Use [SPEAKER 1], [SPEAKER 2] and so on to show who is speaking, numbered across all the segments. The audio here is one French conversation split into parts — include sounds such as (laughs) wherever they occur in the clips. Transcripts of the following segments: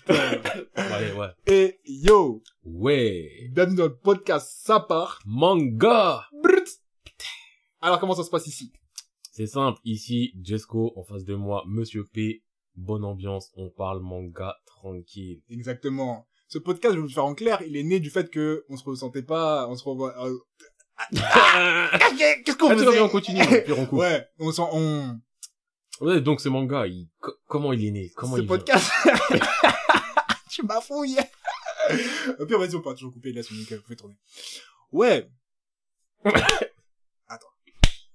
[SPEAKER 1] putain.
[SPEAKER 2] Ouais, ouais.
[SPEAKER 1] Et yo,
[SPEAKER 2] Ouais.
[SPEAKER 1] bienvenue dans le podcast Ça part.
[SPEAKER 2] Manga.
[SPEAKER 1] Brut. Alors comment ça se passe ici
[SPEAKER 2] C'est simple. Ici, Jesco, en face de moi, Monsieur P. Bonne ambiance. On parle manga
[SPEAKER 1] (laughs)
[SPEAKER 2] tranquille.
[SPEAKER 1] Exactement. Ce podcast, je vais vous le faire en clair, il est né du fait que on se ressentait pas, on se revoit. euh,
[SPEAKER 2] Ah,
[SPEAKER 1] Qu'est-ce qu'on
[SPEAKER 2] tu
[SPEAKER 1] faisait
[SPEAKER 2] reviens, on continue. et puis on coupe.
[SPEAKER 1] Ouais, on s'en, on.
[SPEAKER 2] Ouais, donc ce manga, il, co- comment il est né? Comment
[SPEAKER 1] Ce
[SPEAKER 2] il vient
[SPEAKER 1] podcast. (laughs) tu m'affouilles. Au pire, vas-y, on pourra toujours couper. Laisse mon nickel, vous pouvez tourner. (coughs) Ouais. Attends.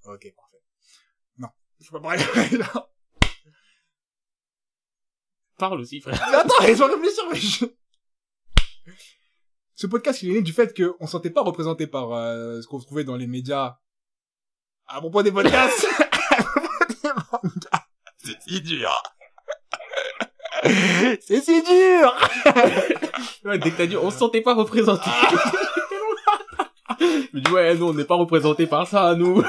[SPEAKER 1] Ok, parfait. Non, je peux pas parler là.
[SPEAKER 2] Parle aussi, frère.
[SPEAKER 1] Mais attends, (laughs) ils ont réfléchi, mais je... Ce podcast, il est né du fait qu'on ne sentait pas représenté par euh, ce qu'on trouvait dans les médias à propos des (laughs) podcasts. à propos des mangas. C'est si dur. C'est si dur.
[SPEAKER 2] Ouais, dès que t'as dit, on se sentait pas représenté.
[SPEAKER 1] Ah.
[SPEAKER 2] Je me dis, ouais, nous, on n'est pas représenté par ça, nous.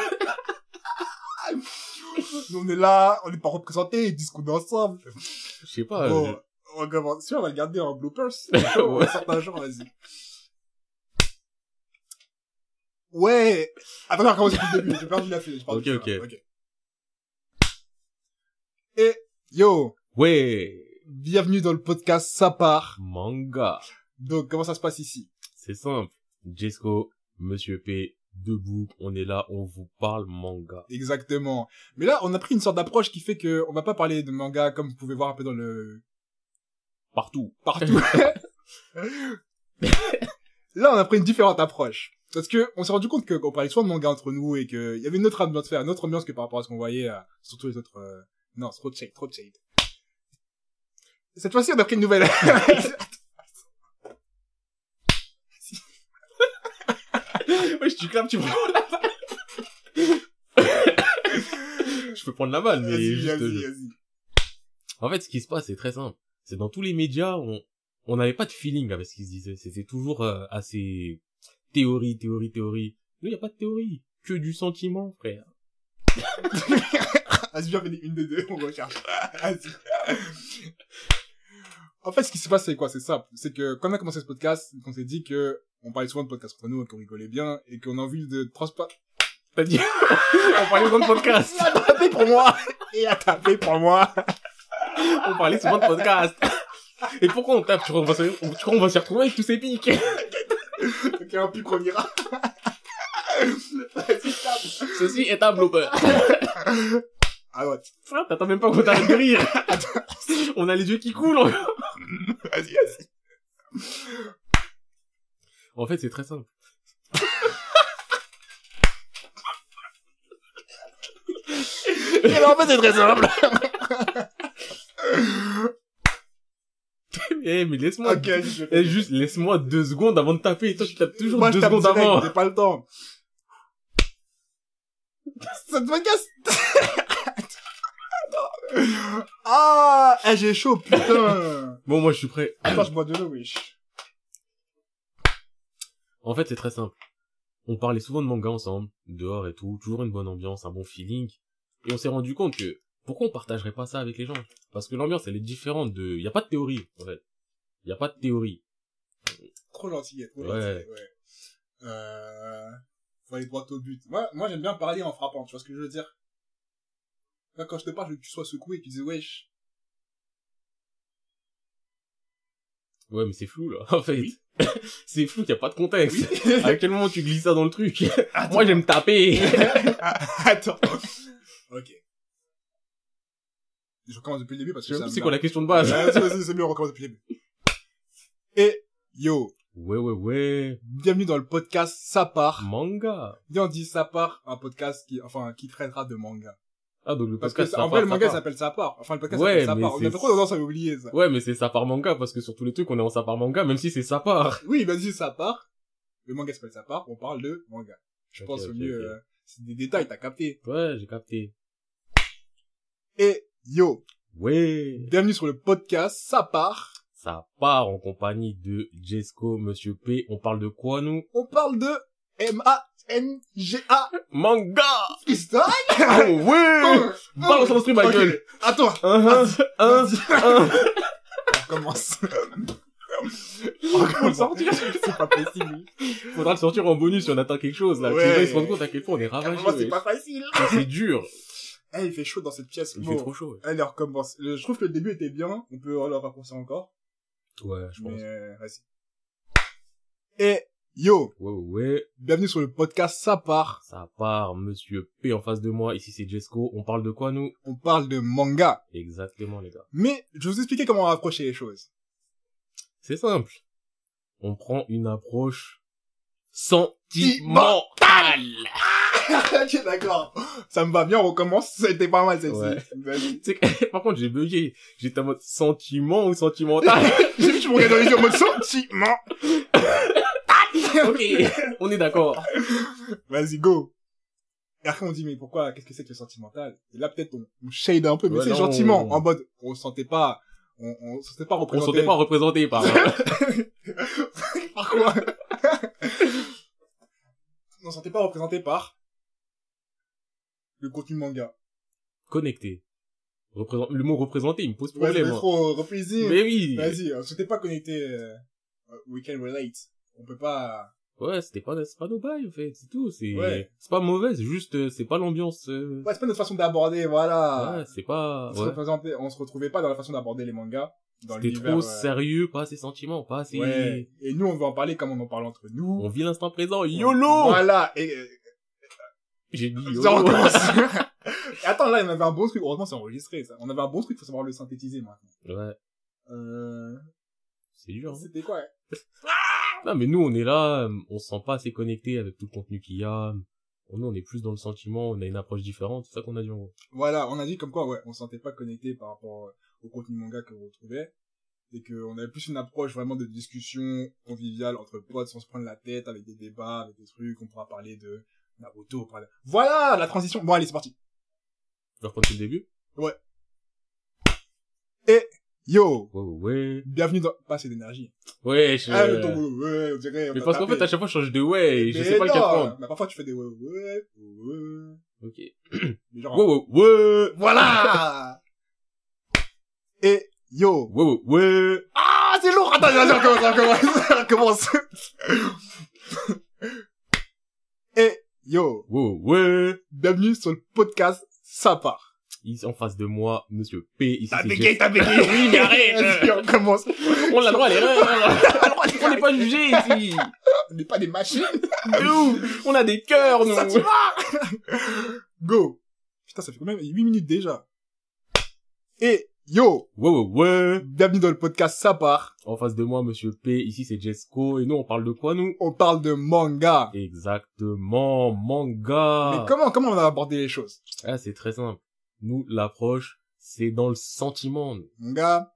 [SPEAKER 1] Nous, on est là, on n'est pas représentés, ils disent qu'on est ensemble.
[SPEAKER 2] Je sais pas.
[SPEAKER 1] bon, on commence. Si, on va le garder en
[SPEAKER 2] (laughs)
[SPEAKER 1] bloopers.
[SPEAKER 2] Ah, Ouais.
[SPEAKER 1] Certains jours, vas-y. Ouais. Attends, on recommence depuis le début. J'ai perdu la fille. j'ai perdu
[SPEAKER 2] Ok,
[SPEAKER 1] le fil,
[SPEAKER 2] ok.
[SPEAKER 1] là. ok. Et, yo,
[SPEAKER 2] je- Ouais.
[SPEAKER 1] bienvenue dans le podcast Ça part.
[SPEAKER 2] Manga.
[SPEAKER 1] Donc, comment ça se passe ici?
[SPEAKER 2] C'est simple. Jesco, Monsieur P, debout, on est là, on vous parle manga.
[SPEAKER 1] Exactement. Mais là, on a pris une sorte d'approche qui fait que on va pas parler de manga comme vous pouvez voir un peu dans le
[SPEAKER 2] Partout.
[SPEAKER 1] (laughs) partout. Là, on a pris une différente approche. Parce que, on s'est rendu compte que- qu'on parlait souvent de manga entre nous et qu'il y avait une autre ambiance, faire une autre ambiance que par rapport à ce qu'on voyait, euh, surtout les autres, euh, non, c'est trop de shade, trop de shade. Cette fois-ci, on a pris une nouvelle.
[SPEAKER 2] Ouais, je suis clair, tu prends la balle. je peux prendre la balle, mais
[SPEAKER 1] Vas-y,
[SPEAKER 2] juste, euh,
[SPEAKER 1] vas-y,
[SPEAKER 2] je-
[SPEAKER 1] vas-y.
[SPEAKER 2] En fait, ce qui se passe, c'est très simple. C'est dans tous les médias, on, on n'avait pas de feeling avec ce qu'ils se disaient. C'était toujours euh, assez théorie, théorie, théorie. Nous, il n'y a pas de théorie. Que du sentiment, frère.
[SPEAKER 1] Vas-y, viens, fais des- une des deux, on recherche. (laughs) Vas-y. En fait, ce qui se passe, c'est quoi? C'est simple. C'est que, quand on a commencé ce podcast, on s'est dit que, on parlait souvent de podcasts entre nous, qu'on rigolait bien, et qu'on a envie de transpa...
[SPEAKER 2] T'as dit, (laughs) on parlait souvent de podcast.
[SPEAKER 1] Il a tapé pour moi! (laughs) Il a tapé pour moi!
[SPEAKER 2] On parlait souvent de podcast. Et pourquoi on tape? Tu crois qu'on va se, tu crois qu'on va se retrouver avec tous ces pics? (laughs)
[SPEAKER 1] Ok, un plus qu'on ira. Vas-y, tape.
[SPEAKER 2] Ceci est un blooper.
[SPEAKER 1] Ah ouais.
[SPEAKER 2] Frère, t'attends même pas qu'on t'arrête de (laughs) rire. On a les yeux qui coulent. on-
[SPEAKER 1] Vas-y, vas-y.
[SPEAKER 2] En fait, c'est très (laughs) simple.
[SPEAKER 1] Et en fait, c'est très simple.
[SPEAKER 2] (laughs) Eh, mais laisse-moi.
[SPEAKER 1] Ok, je
[SPEAKER 2] Eh, juste, laisse-moi deux secondes avant de taper. Et toi, tu tapes toujours
[SPEAKER 1] Moi, je
[SPEAKER 2] deux
[SPEAKER 1] tape
[SPEAKER 2] secondes
[SPEAKER 1] direct,
[SPEAKER 2] avant.
[SPEAKER 1] j'ai pas le temps. Cette podcast. Attends. (laughs) Ah, eh, j'ai chaud, putain.
[SPEAKER 2] Bon, moi, je suis prêt.
[SPEAKER 1] Attends, je bois de l'eau, wesh.
[SPEAKER 2] En fait, c'est très simple. On parlait souvent de manga ensemble, dehors et tout, toujours une bonne ambiance, un bon feeling. Et on s'est rendu compte que, pourquoi on partagerait pas ça avec les gens? Parce que l'ambiance, elle est différente de, y a pas de théorie, en fait. Y a pas de théorie.
[SPEAKER 1] Trop gentil, trop
[SPEAKER 2] Ouais.
[SPEAKER 1] gentil, ouais. Euh, faut aller droit au but. Moi, moi, j'aime bien parler en frappant, tu vois ce que je veux dire? Là, quand je te parle, je veux que tu sois secoué et que tu dises, wesh.
[SPEAKER 2] Ouais, mais c'est flou, là, en fait. (laughs) c'est flou, y a pas de contexte.
[SPEAKER 1] Oui. Ah,
[SPEAKER 2] À quel moment tu glisses ça dans le
[SPEAKER 1] (laughs)
[SPEAKER 2] truc? Moi, j'aime taper.
[SPEAKER 1] Attends. ok. Je recommence depuis le début parce
[SPEAKER 2] Je
[SPEAKER 1] que
[SPEAKER 2] sais
[SPEAKER 1] ça
[SPEAKER 2] même plus
[SPEAKER 1] me
[SPEAKER 2] c'est quoi la question de
[SPEAKER 1] Ah,
[SPEAKER 2] base.
[SPEAKER 1] c'est- c'est c'est mieux, on recommence depuis le début. Et, yo,
[SPEAKER 2] Ouais, ouais, ouais.
[SPEAKER 1] bienvenue dans le podcast Ça part.
[SPEAKER 2] Manga.
[SPEAKER 1] Bien dit Ça part, un podcast qui, enfin, qui traitera de manga.
[SPEAKER 2] Ah, donc le
[SPEAKER 1] Parce
[SPEAKER 2] podcast,
[SPEAKER 1] que,
[SPEAKER 2] ça
[SPEAKER 1] en vrai,
[SPEAKER 2] part,
[SPEAKER 1] le
[SPEAKER 2] ça
[SPEAKER 1] manga
[SPEAKER 2] part.
[SPEAKER 1] s'appelle Ça part. Enfin, le podcast
[SPEAKER 2] Ouais,
[SPEAKER 1] s'appelle Ça
[SPEAKER 2] mais
[SPEAKER 1] part. On
[SPEAKER 2] c'est-
[SPEAKER 1] a trop tendance à oublier ça.
[SPEAKER 2] Ouais, mais c'est ça part manga, parce que sur tous les trucs, on est en ça part manga, même si c'est ça part.
[SPEAKER 1] Oui, vas-y, Ça part. Le manga s'appelle Ça part, on parle de manga. Je
[SPEAKER 2] Ok,
[SPEAKER 1] pense au
[SPEAKER 2] ok,
[SPEAKER 1] mieux,
[SPEAKER 2] ok.
[SPEAKER 1] euh, c'est des détails, t'as capté.
[SPEAKER 2] Ouais, j'ai capté.
[SPEAKER 1] Et, yo,
[SPEAKER 2] Ouais.
[SPEAKER 1] bienvenue sur le podcast Ça part.
[SPEAKER 2] Ça part en compagnie de Jesco, Monsieur P. On parle de quoi, nous?
[SPEAKER 1] On parle de M-A-N-G-A
[SPEAKER 2] Manga! Bah,
[SPEAKER 1] freestyle.
[SPEAKER 2] (laughs) Oh,
[SPEAKER 1] (laughs)
[SPEAKER 2] ouais! Balance l'instru, ma
[SPEAKER 1] Ok. Ah,
[SPEAKER 2] gueule!
[SPEAKER 1] À toi. (laughs)
[SPEAKER 2] Un, un, un,
[SPEAKER 1] Vas-y.
[SPEAKER 2] un. (laughs)
[SPEAKER 1] recommence.
[SPEAKER 2] Faut le (laughs) sortir.
[SPEAKER 1] c'est pas possible.
[SPEAKER 2] Faudra le sortir en bonus si on atteint quelque chose, là.
[SPEAKER 1] Ouais.
[SPEAKER 2] Les gens, ils se rendent compte à quel point on est ravagés.
[SPEAKER 1] Carrément,
[SPEAKER 2] ouais.
[SPEAKER 1] Ah, c'est pas facile.
[SPEAKER 2] C'est dur.
[SPEAKER 1] Eh, il fait chaud dans cette pièce.
[SPEAKER 2] Il
[SPEAKER 1] Bon,
[SPEAKER 2] fait trop chaud, ouais.
[SPEAKER 1] Allez, on recommence. Le- je trouve que le début était bien. On peut le raccourcir encore.
[SPEAKER 2] Ouais, je pense.
[SPEAKER 1] Mais, euh, vas-y. Eh, yo!
[SPEAKER 2] Ouais, ouais. ouais.
[SPEAKER 1] Bienvenue sur le podcast Ça part.
[SPEAKER 2] Ça part, monsieur P en face de moi. Ici, c'est Jesco. On parle de quoi, nous?
[SPEAKER 1] On parle de manga.
[SPEAKER 2] Exactement, les gars.
[SPEAKER 1] Mais, je vais vous expliquer comment rapprocher les choses. (laughs)
[SPEAKER 2] C'est simple. On prend une approche sentimentale.
[SPEAKER 1] ok, d'accord. Ça me va bien, on recommence. C'était pas mal, celle-ci.
[SPEAKER 2] Ouais.
[SPEAKER 1] Vas-y.
[SPEAKER 2] Tu sais que- Par contre, j'ai bugué. J'étais en mode sentiment ou
[SPEAKER 1] (laughs)
[SPEAKER 2] sentimental.
[SPEAKER 1] J'ai vu que tu me regardais dans les yeux en mode sentiment.
[SPEAKER 2] (laughs) ok, (laughs) on est d'accord.
[SPEAKER 1] Vas-y, go. Et après, on dit, mais pourquoi, qu'est-ce que c'est que le sentimental? Et là, peut-être, on, on shade un peu, mais
[SPEAKER 2] Ouais,
[SPEAKER 1] c'est
[SPEAKER 2] là,
[SPEAKER 1] gentiment,
[SPEAKER 2] on-
[SPEAKER 1] en mode, on se sentait pas, on, on se sentait pas
[SPEAKER 2] On s'en
[SPEAKER 1] représenté.
[SPEAKER 2] est pas représenté par... Ouais,
[SPEAKER 1] par quoi? (laughs) on se sentait pas représenté par le contenu manga.
[SPEAKER 2] (laughs) Connecté. Représent- Le mot représenté, il me pose
[SPEAKER 1] Ouais,
[SPEAKER 2] problème.
[SPEAKER 1] mais
[SPEAKER 2] hein.
[SPEAKER 1] trop, replaisir.
[SPEAKER 2] Mais oui.
[SPEAKER 1] Vas-y, on s'était pas connecté, euh, we can relate. On peut pas,
[SPEAKER 2] Ouais, c'était pas, c'est pas nos bails, en fait. C'est tout. C'est,
[SPEAKER 1] Ouais.
[SPEAKER 2] c'est pas mauvais. C'est juste, euh, c'est pas l'ambiance. euh,
[SPEAKER 1] ouais, c'est pas notre façon d'aborder, voilà.
[SPEAKER 2] ouais, c'est pas,
[SPEAKER 1] on, se
[SPEAKER 2] ouais.
[SPEAKER 1] représentait- on se retrouvait pas dans la façon d'aborder les mangas. Dans
[SPEAKER 2] C'était
[SPEAKER 1] l'univers,
[SPEAKER 2] trop
[SPEAKER 1] euh,
[SPEAKER 2] sérieux, pas assez sentiments, pas assez...
[SPEAKER 1] Ouais. Et nous, on veut en parler comme on en parle entre nous.
[SPEAKER 2] On vit l'instant présent. YOLO!
[SPEAKER 1] Voilà. Et, euh,
[SPEAKER 2] J'ai dit YOLO.
[SPEAKER 1] ça (laughs) recommence. Et Attends, là, on avait un bon truc. Heureusement, c'est enregistré, ça. On avait un bon truc, faut savoir le synthétiser, maintenant.
[SPEAKER 2] Ouais,
[SPEAKER 1] Euh,
[SPEAKER 2] c'est dur. hein.
[SPEAKER 1] c'était quoi?
[SPEAKER 2] Non, mais nous, on est là, euh, on se sent pas assez connecté avec tout le contenu qu'il y a. Nous, on est plus dans le sentiment, on a une approche différente, c'est ça qu'on a dit en gros.
[SPEAKER 1] Voilà. On a dit comme quoi, ouais, on se sentait pas connecté par rapport euh, au contenu manga que vous retrouvez. Et qu'on avait plus une approche vraiment de discussion conviviale entre potes, sans se prendre la tête, avec des débats, avec des trucs. On pourra parler de Naruto. on pourra- Voilà, la transition. Bon, allez, c'est parti.
[SPEAKER 2] Je reprends depuis le début.
[SPEAKER 1] Yo.
[SPEAKER 2] Ouais, ouais, ouais.
[SPEAKER 1] Bienvenue dans, passe d'énergie.
[SPEAKER 2] Ouais, je...
[SPEAKER 1] Ah, ton boulot, ouais, on dirait, on
[SPEAKER 2] mais
[SPEAKER 1] t'a
[SPEAKER 2] parce qu'en
[SPEAKER 1] tapé.
[SPEAKER 2] fait, à chaque fois, je change de ouais, et je
[SPEAKER 1] Mais
[SPEAKER 2] sais pas lequel
[SPEAKER 1] non,
[SPEAKER 2] prendre.
[SPEAKER 1] Mais parfois, tu fais des ouais, ouais, ouais,
[SPEAKER 2] Ok. Ouais,
[SPEAKER 1] mais genre,
[SPEAKER 2] ouais, ouais.
[SPEAKER 1] voilà! Et, yo!
[SPEAKER 2] Ouais, ouais, ouais.
[SPEAKER 1] Ah, c'est lourd! Attends, vas-y, on recommence, on recommence, on recommence. (laughs) Et, yo!
[SPEAKER 2] Ouais, ouais.
[SPEAKER 1] Bienvenue sur le podcast,
[SPEAKER 2] (laughs)
[SPEAKER 1] ça part.
[SPEAKER 2] Ici, en face de moi, monsieur P, ici, c'est
[SPEAKER 1] bégayé,
[SPEAKER 2] Jess.
[SPEAKER 1] t'as bégayé!
[SPEAKER 2] Oui, mais arrête.
[SPEAKER 1] Vas-y, on recommence.
[SPEAKER 2] On a le droit à l'erreur. (laughs) on n'est
[SPEAKER 1] on
[SPEAKER 2] pas jugé
[SPEAKER 1] (laughs)
[SPEAKER 2] ici.
[SPEAKER 1] n'est pas des machines.
[SPEAKER 2] Nous, on a des cœurs, nous.
[SPEAKER 1] Ça, tu Go! Putain, ça fait quand même 8 minutes déjà. Et, yo!
[SPEAKER 2] Ouais, ouais, ouais.
[SPEAKER 1] Bienvenue dans le podcast, ça part.
[SPEAKER 2] En face de moi, monsieur P, ici c'est Jesco, et nous on parle de quoi nous
[SPEAKER 1] On parle de manga.
[SPEAKER 2] Exactement, manga
[SPEAKER 1] Mais comment, comment on a abordé les choses?
[SPEAKER 2] Ah c'est très simple. Nous, l'approche, c'est dans le sentiment. nous.
[SPEAKER 1] Manga.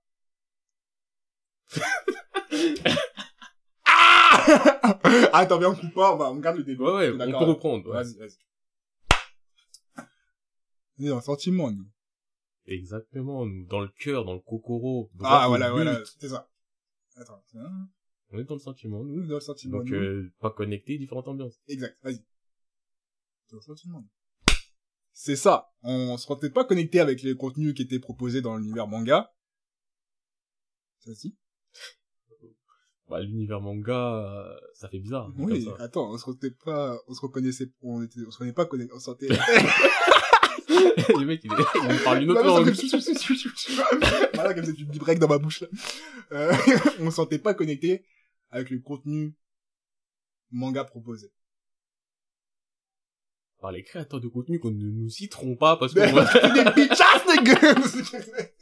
[SPEAKER 1] (laughs) ah! Attends, viens, on coupe pas, on, va, on garde le début.
[SPEAKER 2] Ouais, ouais,
[SPEAKER 1] Ok,
[SPEAKER 2] on
[SPEAKER 1] d'accord.
[SPEAKER 2] peut reprendre. ouais.
[SPEAKER 1] Vas-y, vas-y. On est dans le sentiment, nous.
[SPEAKER 2] Exactement, nous, dans le cœur, dans le kokoro. droit
[SPEAKER 1] Ah,
[SPEAKER 2] au
[SPEAKER 1] voilà,
[SPEAKER 2] but.
[SPEAKER 1] voilà, c'est ça. Attends, hein,
[SPEAKER 2] On est dans le sentiment, nous.
[SPEAKER 1] nous, dans le sentiment,
[SPEAKER 2] Donc,
[SPEAKER 1] nous.
[SPEAKER 2] euh, pas connecté, différentes ambiances.
[SPEAKER 1] Exact, vas-y. Dans le sentiment, nous. C'est ça. On se sentait pas connecté avec les contenus qui étaient proposés dans l'univers manga. Ça se dit
[SPEAKER 2] Bah, l'univers manga, euh, ça fait bizarre. dit
[SPEAKER 1] Oui,
[SPEAKER 2] comme ça. (laughs)
[SPEAKER 1] attends, on se retenait pas, on se reconnaissait, on était, on se reconnaissait pas, conna- on se sentait.
[SPEAKER 2] Le mec, il, est- il me parle une
[SPEAKER 1] Bah,
[SPEAKER 2] autre
[SPEAKER 1] non,
[SPEAKER 2] langue.
[SPEAKER 1] c'est- voilà, comme c'est du break dans ma bouche, là. Euh, on se sentait pas connecté avec le contenu manga proposé.
[SPEAKER 2] Par les créateurs de contenu qu'on ne nous citerons pas parce qu'on
[SPEAKER 1] Mais- C'est des bitchasses, les gueules!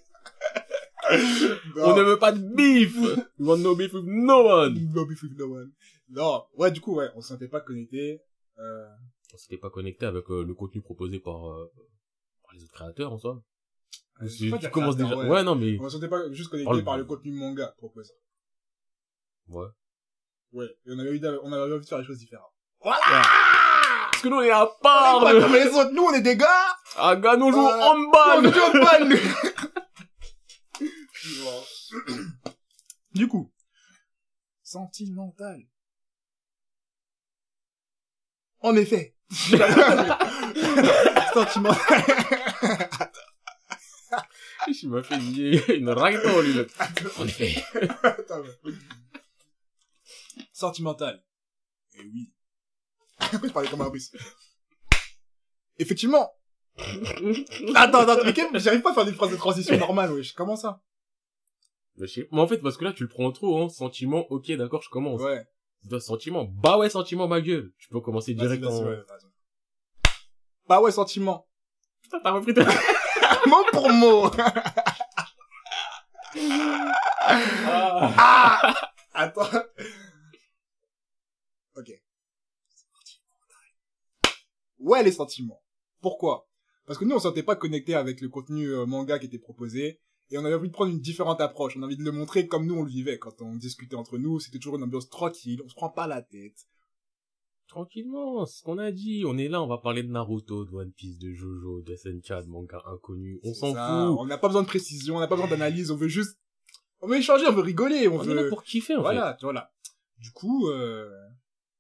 [SPEAKER 2] on ne veut pas de beef. We want no beef with no one.
[SPEAKER 1] No beef with no one. Non, ouais, du coup, ouais, on se sentait pas connecté, euh,
[SPEAKER 2] on s'était pas connecté avec euh, le contenu proposé par, euh, par les autres créateurs en soi.
[SPEAKER 1] je sais
[SPEAKER 2] Tu,
[SPEAKER 1] pas
[SPEAKER 2] tu
[SPEAKER 1] dire
[SPEAKER 2] commences
[SPEAKER 1] créateur,
[SPEAKER 2] déjà. Ouais.
[SPEAKER 1] ouais.
[SPEAKER 2] non mais
[SPEAKER 1] on se sentait pas juste
[SPEAKER 2] Parle-
[SPEAKER 1] connecté par Oh, le contenu manga proposé.
[SPEAKER 2] ouais.
[SPEAKER 1] Ouais. Et on avait eu, d'a- on avait envie de faire les choses différentes.
[SPEAKER 2] Parce que nous on est à
[SPEAKER 1] On
[SPEAKER 2] part.
[SPEAKER 1] est pas comme les autres, nous on est des gars
[SPEAKER 2] À gars, nous jouons
[SPEAKER 1] Ouais.
[SPEAKER 2] en
[SPEAKER 1] on est
[SPEAKER 2] balle.
[SPEAKER 1] des bonnes. (laughs) Du coup, sentimental. En effet. sentimental.
[SPEAKER 2] (laughs) Il m'a fait une, une ragdoll, lui,
[SPEAKER 1] (laughs)
[SPEAKER 2] l'autre. En effet.
[SPEAKER 1] Attends, ouais. Sentimental. Eh oui. (laughs) Pourquoi je parlais comme un russe Effectivement. Attends, attends, mais quel- j'arrive pas à faire des phrases de
[SPEAKER 2] (laughs)
[SPEAKER 1] transition normales, wesh. Comment ça
[SPEAKER 2] Mais, je sais- mais en fait, parce que là, tu le prends trop, hein. Sentiment, ok, d'accord, je commence.
[SPEAKER 1] Ouais.
[SPEAKER 2] C'est un sentiment. Bah ouais, sentiment, ma gueule. Tu peux commencer
[SPEAKER 1] Vas-y,
[SPEAKER 2] direct
[SPEAKER 1] vas-y,
[SPEAKER 2] en...
[SPEAKER 1] ouais, vas-y. Bah ouais, sentiment. (laughs)
[SPEAKER 2] Putain, t'as repris ta...
[SPEAKER 1] mot pour mot.
[SPEAKER 2] Ah.
[SPEAKER 1] (laughs) Ah Attends. Ok. Ouais, les sentiments. Pourquoi Parce que nous, on se sentait pas connecté avec le contenu euh, manga qui était proposé. Et on avait envie de prendre une différente approche. On avait envie de le montrer comme nous, on le vivait. Quand on discutait entre nous, c'était toujours une ambiance tranquille. On se prend pas la tête.
[SPEAKER 2] Tranquillement, c'est ce qu'on a dit. On est là, on va parler de Naruto, de One Piece, de Jojo, de SNK, de manga inconnu. On
[SPEAKER 1] C'est
[SPEAKER 2] s'en
[SPEAKER 1] ça.
[SPEAKER 2] fout.
[SPEAKER 1] On n'a pas besoin de précision, on n'a pas besoin d'analyse. On veut juste... On veut échanger, on veut rigoler. On,
[SPEAKER 2] On est
[SPEAKER 1] veut...
[SPEAKER 2] là pour kiffer, en
[SPEAKER 1] Voilà, tu vois là. Du coup, euh,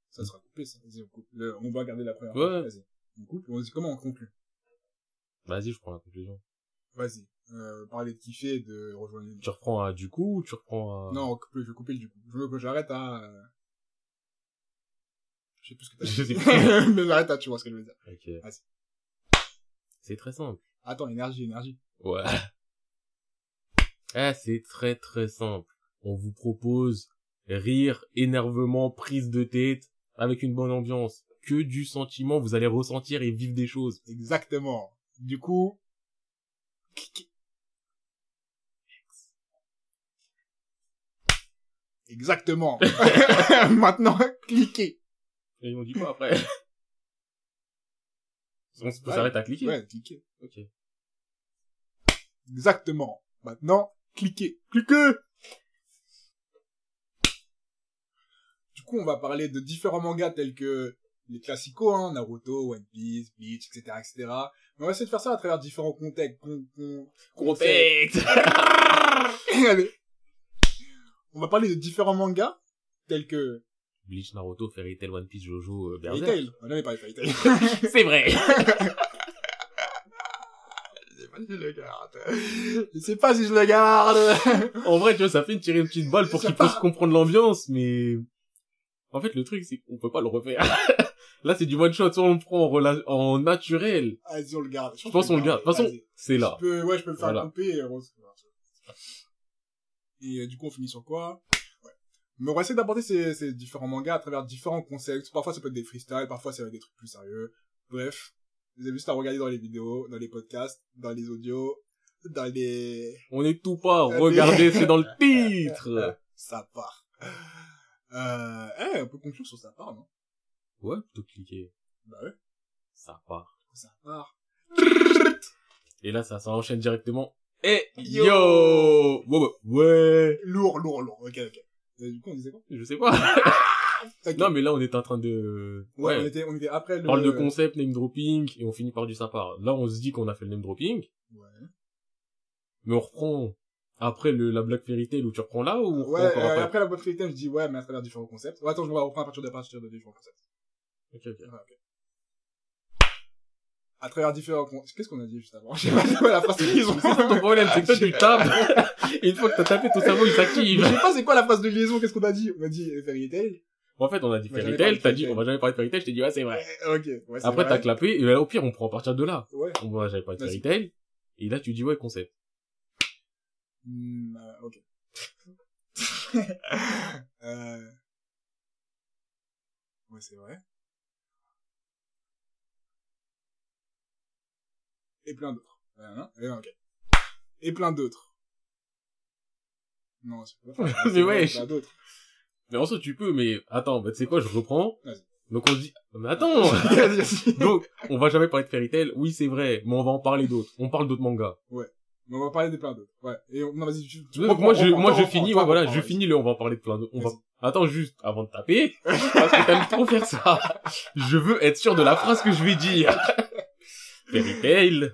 [SPEAKER 1] ça sera coupé, ça. Vas-y, on coupe. Le- on va garder la première.
[SPEAKER 2] Ouais.
[SPEAKER 1] Vas-y. On coupe, on dit comment on conclut.
[SPEAKER 2] fait. Vas-y, je prends la conclusion.
[SPEAKER 1] Vas-y. Euh, parler de kiffer, et de rejoindre les...
[SPEAKER 2] Tu reprends à du coup, ou tu reprends à...
[SPEAKER 1] Non, on coupe, je vais couper le du coup. Je veux que j'arrête à, euh, je sais plus ce
[SPEAKER 2] (laughs)
[SPEAKER 1] que t'as
[SPEAKER 2] Je
[SPEAKER 1] (laughs)
[SPEAKER 2] sais
[SPEAKER 1] dit. Mais j'arrête à, tu vois ce que je veux dire.
[SPEAKER 2] Ok.
[SPEAKER 1] Vas-y.
[SPEAKER 2] C'est très simple.
[SPEAKER 1] Attends, énergie, énergie.
[SPEAKER 2] Ouais. Ah, c'est très très simple. On vous propose rire, énervement, prise de tête, avec une bonne ambiance. Que du sentiment, vous allez ressentir et vivre des choses.
[SPEAKER 1] Exactement. Du coup.
[SPEAKER 2] (laughs)
[SPEAKER 1] Exactement. (laughs) Maintenant, cliquez.
[SPEAKER 2] Et on dit quoi après (laughs) On s- on
[SPEAKER 1] Ouais.
[SPEAKER 2] s'arrête à cliquer
[SPEAKER 1] Ouais, cliquez.
[SPEAKER 2] Ok.
[SPEAKER 1] Exactement. Maintenant, cliquez. Cliquez Du coup, on va parler de différents mangas tels que les classicos, hein, Naruto, One Piece, Bleach, etc., etc. Mais on va essayer de faire ça à travers différents contextes. Con- con- (coughs) Allez. On va parler de différents mangas tels que
[SPEAKER 2] Bleach, Naruto, Fairy Tail, One Piece, Jojo, euh,
[SPEAKER 1] Fairy
[SPEAKER 2] Berserk.
[SPEAKER 1] Tail. Oh, On avait parlé de Fairy
[SPEAKER 2] (laughs)
[SPEAKER 1] Tail.
[SPEAKER 2] C'est vrai
[SPEAKER 1] Je sais pas si je le garde. Je sais pas si je le garde. (laughs)
[SPEAKER 2] En vrai, tu vois, ça fait une tirer une petite balle pour
[SPEAKER 1] Ça
[SPEAKER 2] qu'ils
[SPEAKER 1] part.
[SPEAKER 2] puissent comprendre l'ambiance, mais... En fait, le truc, c'est qu'on peut pas le refaire. (laughs) Là, c'est du one shot, soit on le prend en, rela- en naturel.
[SPEAKER 1] Vas-y, on le garde.
[SPEAKER 2] Je pense qu'on le garde. De toute façon,
[SPEAKER 1] Vas-y.
[SPEAKER 2] c'est là.
[SPEAKER 1] Je peux, ouais, je peux me faire
[SPEAKER 2] Voilà.
[SPEAKER 1] couper. Et, on se- Et, euh, du coup, on finit sur quoi Ouais. Mais on va essayer d'apporter ces, ces différents mangas à travers différents concepts. Parfois, ça peut être des freestyles, parfois, ça va être des trucs plus sérieux. Bref, vous avez juste à regarder dans les vidéos, dans les podcasts, dans les audios, dans les...
[SPEAKER 2] On est tout pas.
[SPEAKER 1] Allez.
[SPEAKER 2] Regardez, c'est
[SPEAKER 1] (laughs)
[SPEAKER 2] dans le titre.
[SPEAKER 1] Ça part. Euh, eh, on peut conclure sur ça part, non
[SPEAKER 2] Ouais, tout cliquer.
[SPEAKER 1] Bah ouais,
[SPEAKER 2] Ça part.
[SPEAKER 1] ça part.
[SPEAKER 2] Et là, ça, ça enchaîne directement. Eh,
[SPEAKER 1] Yo.
[SPEAKER 2] yo! Ouais, ouais, ouais.
[SPEAKER 1] Lourd, lourd, lourd. Ok, ok. Et du coup, on disait quoi
[SPEAKER 2] Je sais pas. (laughs)
[SPEAKER 1] Ok.
[SPEAKER 2] non, mais là, on est en train de...
[SPEAKER 1] Ouais,
[SPEAKER 2] Ouais.
[SPEAKER 1] On, était, on était après le...
[SPEAKER 2] On parle de concept, name dropping, et on finit par du ça part. Là, on se dit qu'on a fait le name dropping.
[SPEAKER 1] Ouais.
[SPEAKER 2] Mais on reprend après le, la Black Fairy Tail où tu reprends là ou on
[SPEAKER 1] Ouais,
[SPEAKER 2] reprend encore
[SPEAKER 1] euh,
[SPEAKER 2] après
[SPEAKER 1] après la boîte item, je dis ouais, mais à travers différents concepts. Ouais, attends, je vais reprendre à partir de, à partir de différents concepts.
[SPEAKER 2] Ok, ok.
[SPEAKER 1] Ouais, ok. Ah, À travers différents concepts. Qu'est-ce qu'on a dit juste avant J'ai pas dit quoi la phrase de liaison.
[SPEAKER 2] (laughs) C'est ça ton problème, c'est que toi tu
[SPEAKER 1] (laughs)
[SPEAKER 2] tapes, (laughs) et une fois que t'as tapé ton cerveau il
[SPEAKER 1] Je
[SPEAKER 2] s'active.
[SPEAKER 1] sais pas c'est quoi la phrase de liaison, qu'est-ce qu'on a dit On a dit euh, Fairy Tail.
[SPEAKER 2] En fait on a dit
[SPEAKER 1] On va jamais
[SPEAKER 2] Fairy
[SPEAKER 1] parler
[SPEAKER 2] Tail,
[SPEAKER 1] de
[SPEAKER 2] t'as
[SPEAKER 1] Fairy
[SPEAKER 2] dit on va jamais parler de Fairy Tail, je t'ai dit ouais c'est vrai.
[SPEAKER 1] Euh, Ok, ouais, c'est
[SPEAKER 2] Après
[SPEAKER 1] vrai.
[SPEAKER 2] t'as clapé, et là au pire on prend à partir de là.
[SPEAKER 1] Ouais.
[SPEAKER 2] On va jamais parler de
[SPEAKER 1] Vas-y.
[SPEAKER 2] Fairy Tail, et là tu dis ouais concept.
[SPEAKER 1] Hmm, euh,
[SPEAKER 2] (laughs)
[SPEAKER 1] ok. euh... Ouais, c'est vrai. Et plein d'autres. Euh, hein Euh, ok. Et plein d'autres. Non, c'est pas vrai.
[SPEAKER 2] (laughs) Mais
[SPEAKER 1] C'est vrai,
[SPEAKER 2] wesh.
[SPEAKER 1] Plein d'autres.
[SPEAKER 2] Mais en soi tu peux, mais attends, bah, tu sais quoi je reprends.
[SPEAKER 1] Vas-y.
[SPEAKER 2] Donc on se dit, mais attends
[SPEAKER 1] Vas-y, vas-y.
[SPEAKER 2] Donc on va jamais parler de Fairy Tail, oui c'est vrai, mais on va en parler d'autres. On parle d'autres mangas.
[SPEAKER 1] Mais on va parler de plein d'autres. Ouais. Et on... non, vas-y. tu- tu-
[SPEAKER 2] Donc moi je,
[SPEAKER 1] reprends,
[SPEAKER 2] moi je
[SPEAKER 1] reprends,
[SPEAKER 2] finis,
[SPEAKER 1] toi,
[SPEAKER 2] ouais voilà,
[SPEAKER 1] reprends,
[SPEAKER 2] je
[SPEAKER 1] vas-y.
[SPEAKER 2] finis le, on va en parler de plein d'autres. On va
[SPEAKER 1] Vas-y.
[SPEAKER 2] Attends juste, avant de taper, parce que t'aimes trop faire ça. Je veux être sûr de la phrase que je vais dire. Fairy Tail.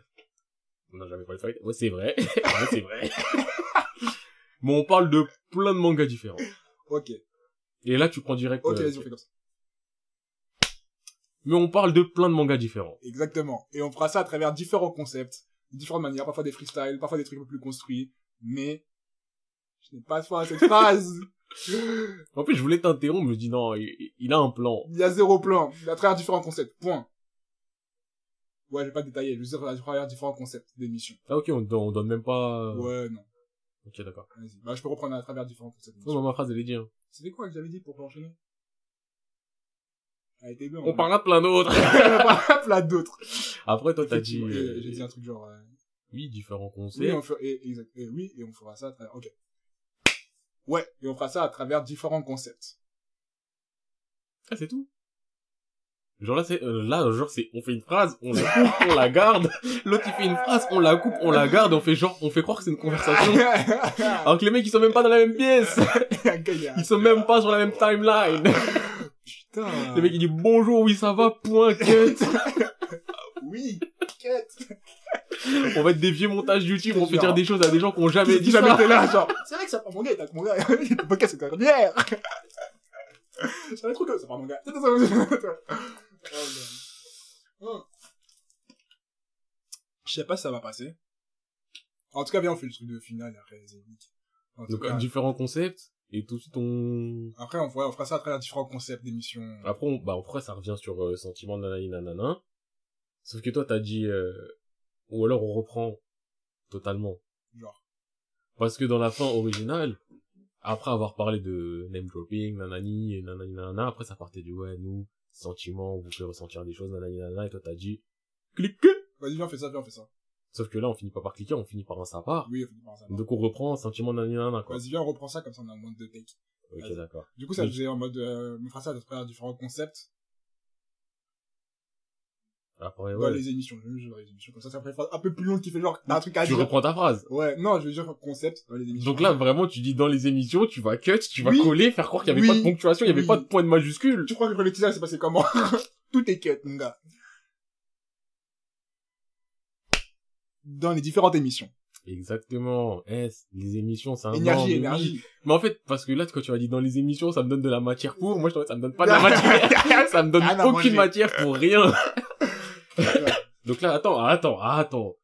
[SPEAKER 2] On n'a jamais parlé de Fairy Tail. Ouais, c'est vrai. Ouais, c'est vrai. Mais on parle de plein de mangas différents.
[SPEAKER 1] Ok.
[SPEAKER 2] Et là, tu prends direct.
[SPEAKER 1] Ok,
[SPEAKER 2] euh,
[SPEAKER 1] vas-y, on fait comme ça.
[SPEAKER 2] Mais on parle de plein de mangas différents.
[SPEAKER 1] Exactement. Et on fera ça à travers différents concepts, de différentes manières, parfois des freestyles, parfois des trucs un peu plus construits, mais je n'ai pas foi à cette phrase. (laughs)
[SPEAKER 2] En plus, je voulais t'interrompre, mais je dis non, il, il a un plan.
[SPEAKER 1] Il y a zéro plan, à travers différents concepts, point. Ouais, je vais pas détailler, je veux dire à travers différents concepts d'émissions.
[SPEAKER 2] Ah, ok, on, don- on donne même pas...
[SPEAKER 1] Ouais, non,
[SPEAKER 2] Ok, d'accord.
[SPEAKER 1] vas-y. Bah, je peux reprendre à travers différents concepts
[SPEAKER 2] Non,
[SPEAKER 1] d'émissions.
[SPEAKER 2] mais ma phrase, elle est dit, hein.
[SPEAKER 1] C'était quoi que j'avais dit pour enchaîner Elle était bien.
[SPEAKER 2] On parle à plein d'autres.
[SPEAKER 1] (laughs) parle plein d'autres.
[SPEAKER 2] (laughs) Après, toi, t'as dit...
[SPEAKER 1] Effectivement,
[SPEAKER 2] euh,
[SPEAKER 1] et J'ai dit un truc genre... euh,
[SPEAKER 2] Oui, différents
[SPEAKER 1] Oui,
[SPEAKER 2] conseils.
[SPEAKER 1] on fera- et, exact- et oui, et on fera ça à travers... Ok. Ouais, et on fera ça à travers différents concepts.
[SPEAKER 2] Ah, c'est tout. Genre là, c'est, euh, là, genre, c'est, on fait une phrase, on la coupe, on la
[SPEAKER 1] (laughs)
[SPEAKER 2] garde. L'autre, il fait une phrase, on la coupe, on la garde, on fait genre, on fait croire que c'est une conversation.
[SPEAKER 1] Un (laughs)
[SPEAKER 2] Alors que les mecs, ils sont même pas dans la même pièce.
[SPEAKER 1] gars, il y a-
[SPEAKER 2] Ils sont même pas sur la même timeline.
[SPEAKER 1] Putain.
[SPEAKER 2] Le mec, il dit bonjour, oui, ça va, point, cut.
[SPEAKER 1] Oui, quête.
[SPEAKER 2] On va être des vieux montages YouTube,
[SPEAKER 1] C'est
[SPEAKER 2] on fait
[SPEAKER 1] genre-
[SPEAKER 2] dire des choses à des gens qui ont jamais
[SPEAKER 1] Qui-
[SPEAKER 2] dit
[SPEAKER 1] qui jamais
[SPEAKER 2] ça.
[SPEAKER 1] été là, genre. C'est vrai que ça part mon gars, il tape mon gars. (laughs) Il était podcast, c'est dernière. C'est un truc comme (laughs) ça part mon gars. (laughs) C'est ça. Oh, man. Hum. Je sais pas si ça va passer. En tout cas, viens, on fait le truc de finale après les émiques. En tout
[SPEAKER 2] Donc,
[SPEAKER 1] cas,
[SPEAKER 2] différents concepts. Et tout de suite, on...
[SPEAKER 1] Après, on, ouais, on fera ça à travers différents concepts d'émissions.
[SPEAKER 2] Après, on- bah, après, ça revient sur euh, sentiment nanani nanana. Sauf que toi, t'as dit, euh, ou alors on reprend totalement.
[SPEAKER 1] Genre.
[SPEAKER 2] Parce que dans la fin originale, après avoir parlé de name dropping, nanani, et nanani, nanana, après ça partait du ouais, nous, sentiment, vous pouvez ressentir des choses, nanani, nanana, et toi t'as dit, clique!
[SPEAKER 1] Vas-y, viens, on fait ça, viens, on fait ça. Ah,
[SPEAKER 2] Sauf que là, on finit pas par cliquer, on finit par un ça part.
[SPEAKER 1] Oui, on finit par ça.
[SPEAKER 2] Donc on reprend sentiment, nanani, nanana, quoi.
[SPEAKER 1] Vas-y, viens, on reprend ça, comme ça, on a moins de take.
[SPEAKER 2] Ok,
[SPEAKER 1] vas-y.
[SPEAKER 2] d'accord.
[SPEAKER 1] Du coup, ça
[SPEAKER 2] Oui.
[SPEAKER 1] faisait en mode, euh, on fera ça à travers différents concepts.
[SPEAKER 2] Après,
[SPEAKER 1] dans
[SPEAKER 2] Eh ouais.
[SPEAKER 1] les émissions. Je joue dans les émissions. Comme ça, ça fait une phrase un peu plus longue qui fait genre, t'as un truc à
[SPEAKER 2] Tu
[SPEAKER 1] dire.
[SPEAKER 2] reprends ta phrase.
[SPEAKER 1] Ouais, non, je veux dire concept dans les émissions.
[SPEAKER 2] Donc là, vraiment, tu dis dans les émissions, tu vas cut, tu vas
[SPEAKER 1] Oui.
[SPEAKER 2] coller, faire croire qu'il n'y avait
[SPEAKER 1] Oui.
[SPEAKER 2] pas de ponctuation, il n'y avait
[SPEAKER 1] Oui.
[SPEAKER 2] pas de point de majuscule.
[SPEAKER 1] tu crois que le politisage s'est passé comment (laughs) Tout est cut, mon gars. Dans les différentes émissions.
[SPEAKER 2] Exactement. S, les émissions, c'est un nom,
[SPEAKER 1] énergie,
[SPEAKER 2] Ah mais oui.
[SPEAKER 1] énergie.
[SPEAKER 2] Mais en fait, parce que là, quand tu as dit dans les émissions, ça me donne de la matière pour, moi, je t'en ça me donne pas de
[SPEAKER 1] (laughs)
[SPEAKER 2] la matière. ça me donne
[SPEAKER 1] Rien à manger.
[SPEAKER 2] aucune matière pour rien.
[SPEAKER 1] (laughs) Ouais.
[SPEAKER 2] Donc là, attends, attends, attends.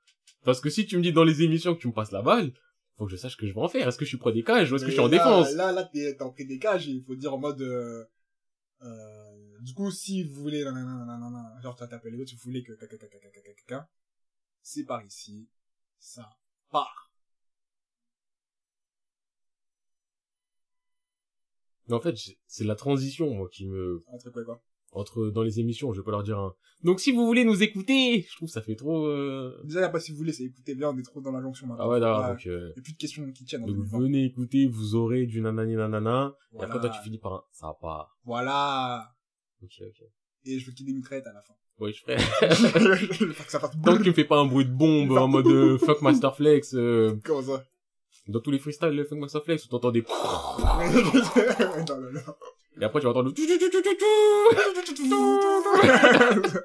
[SPEAKER 2] Parce que si tu me dis dans les émissions que tu me passes la balle, faut que je sache que je vais en faire. Est-ce que je suis pro des cages ou est-ce que je suis en
[SPEAKER 1] Mais là, euh,
[SPEAKER 2] défense?
[SPEAKER 1] Là, là, t'es t'es en pris des cages et il faut dire en mode, euh, euh, du coup, si vous voulez, nanana, nanana, genre, tu as tapé les autres, si vous voulez que caca, caca, caca, caca, caca, c'est par ici, ça part.
[SPEAKER 2] Mais en fait, c'est- c'est la transition, moi, qui me,
[SPEAKER 1] Un truc, ouais, quoi.
[SPEAKER 2] entre, dans les émissions, je vais pas leur dire un. Donc si vous voulez nous écouter, je trouve que ça fait trop, euh,
[SPEAKER 1] Déjà, là, pas si vous voulez, c'est écoutez bien, on est trop dans la jonction maintenant.
[SPEAKER 2] Ah ouais, d'accord.
[SPEAKER 1] Ouais.
[SPEAKER 2] Donc, euh,
[SPEAKER 1] Il y a plus de questions qui tiennent en
[SPEAKER 2] donc
[SPEAKER 1] 2020.
[SPEAKER 2] venez écouter, vous aurez du nanani nanana.
[SPEAKER 1] Voilà.
[SPEAKER 2] Et après, toi, tu finis par un ça part.
[SPEAKER 1] Voilà.
[SPEAKER 2] Ok, ok.
[SPEAKER 1] Et je veux qu'il y ait des mitraillettes à
[SPEAKER 2] (laughs)
[SPEAKER 1] la fin.
[SPEAKER 2] Oui, je ferai.
[SPEAKER 1] je veux que ça fasse
[SPEAKER 2] Tant que tu me fais pas un bruit de bombe en mode euh, fuck Master Flex, euh,
[SPEAKER 1] Comment ça (laughs)
[SPEAKER 2] dans tous les freestyles, le fuck Master Flex, où t'entends des (laughs)
[SPEAKER 1] Non, non, non.
[SPEAKER 2] et après tu vas entendre le tu- tu- tu- tu- tu-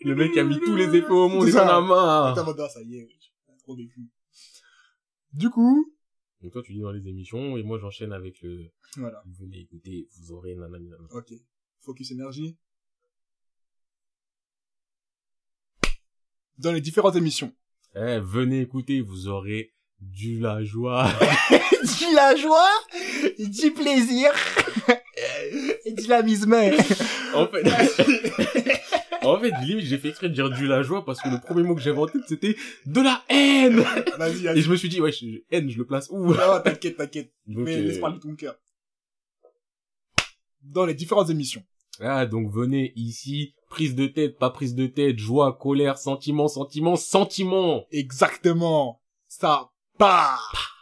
[SPEAKER 2] tu le mec a mis tous les effets au monde et
[SPEAKER 1] C'est
[SPEAKER 2] t'en as
[SPEAKER 1] ça. T'as
[SPEAKER 2] marre.
[SPEAKER 1] mode, ah, ça y est, j'ai trop vécu. Du coup,
[SPEAKER 2] Donc toi, tu dis dans les émissions et moi j'enchaîne avec le
[SPEAKER 1] voilà.
[SPEAKER 2] venez écouter, vous aurez nanani nanana.
[SPEAKER 1] Ok. Focus énergie. Dans les différentes émissions. (laughs)
[SPEAKER 2] Eh, venez écouter, vous aurez du la joie.
[SPEAKER 1] dit la joie, dit plaisir, (laughs) et dit la mise
[SPEAKER 2] (laughs)
[SPEAKER 1] mais.
[SPEAKER 2] (laughs) En fait, en fait, limite, j'ai fait exprès de dire du la joie parce que le premier mot que j'avais en tête, c'était de la haine.
[SPEAKER 1] Vas-y,
[SPEAKER 2] Et
[SPEAKER 1] vas-y.
[SPEAKER 2] je me suis dit, ouais, je- je- haine, je le place où Donc,
[SPEAKER 1] Non, t'inquiète, t'inquiète.
[SPEAKER 2] (laughs)
[SPEAKER 1] Mais
[SPEAKER 2] euh,
[SPEAKER 1] laisse parler ton cœur. Dans les différentes émissions.
[SPEAKER 2] Ah, donc venez ici, prise de tête, pas prise de tête, joie, colère, sentiment, sentiment, sentiment.
[SPEAKER 1] Exactement. Ça part.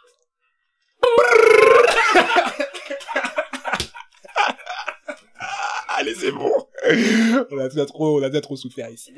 [SPEAKER 1] Allez, c'est bon. On a déjà trop, on a déjà trop souffert ici.